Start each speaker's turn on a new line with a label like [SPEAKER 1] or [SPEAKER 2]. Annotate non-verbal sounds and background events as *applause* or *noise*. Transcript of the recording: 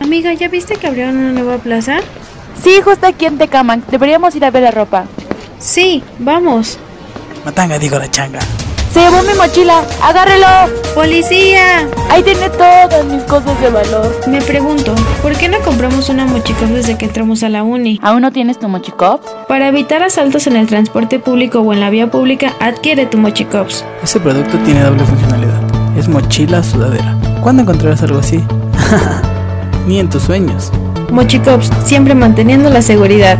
[SPEAKER 1] Amiga, ¿ya viste que abrieron una nueva plaza?
[SPEAKER 2] Sí, justo aquí en Tecaman. Deberíamos ir a ver la ropa.
[SPEAKER 1] Sí, vamos.
[SPEAKER 3] Matanga, digo la changa.
[SPEAKER 2] Se llevó mi mochila. Agárrelo.
[SPEAKER 1] ¡Policía!
[SPEAKER 2] Ahí tiene todas mis cosas de valor.
[SPEAKER 1] Me pregunto, ¿por qué no compramos una mochicop desde que entramos a la uni?
[SPEAKER 2] ¿Aún no tienes tu mochicop?
[SPEAKER 1] Para evitar asaltos en el transporte público o en la vía pública, adquiere tu mochicops.
[SPEAKER 3] Ese producto tiene doble funcionalidad. Es mochila sudadera. ¿Cuándo encontrarás algo así? *laughs* Ni en tus sueños.
[SPEAKER 1] Mochicops, siempre manteniendo la seguridad.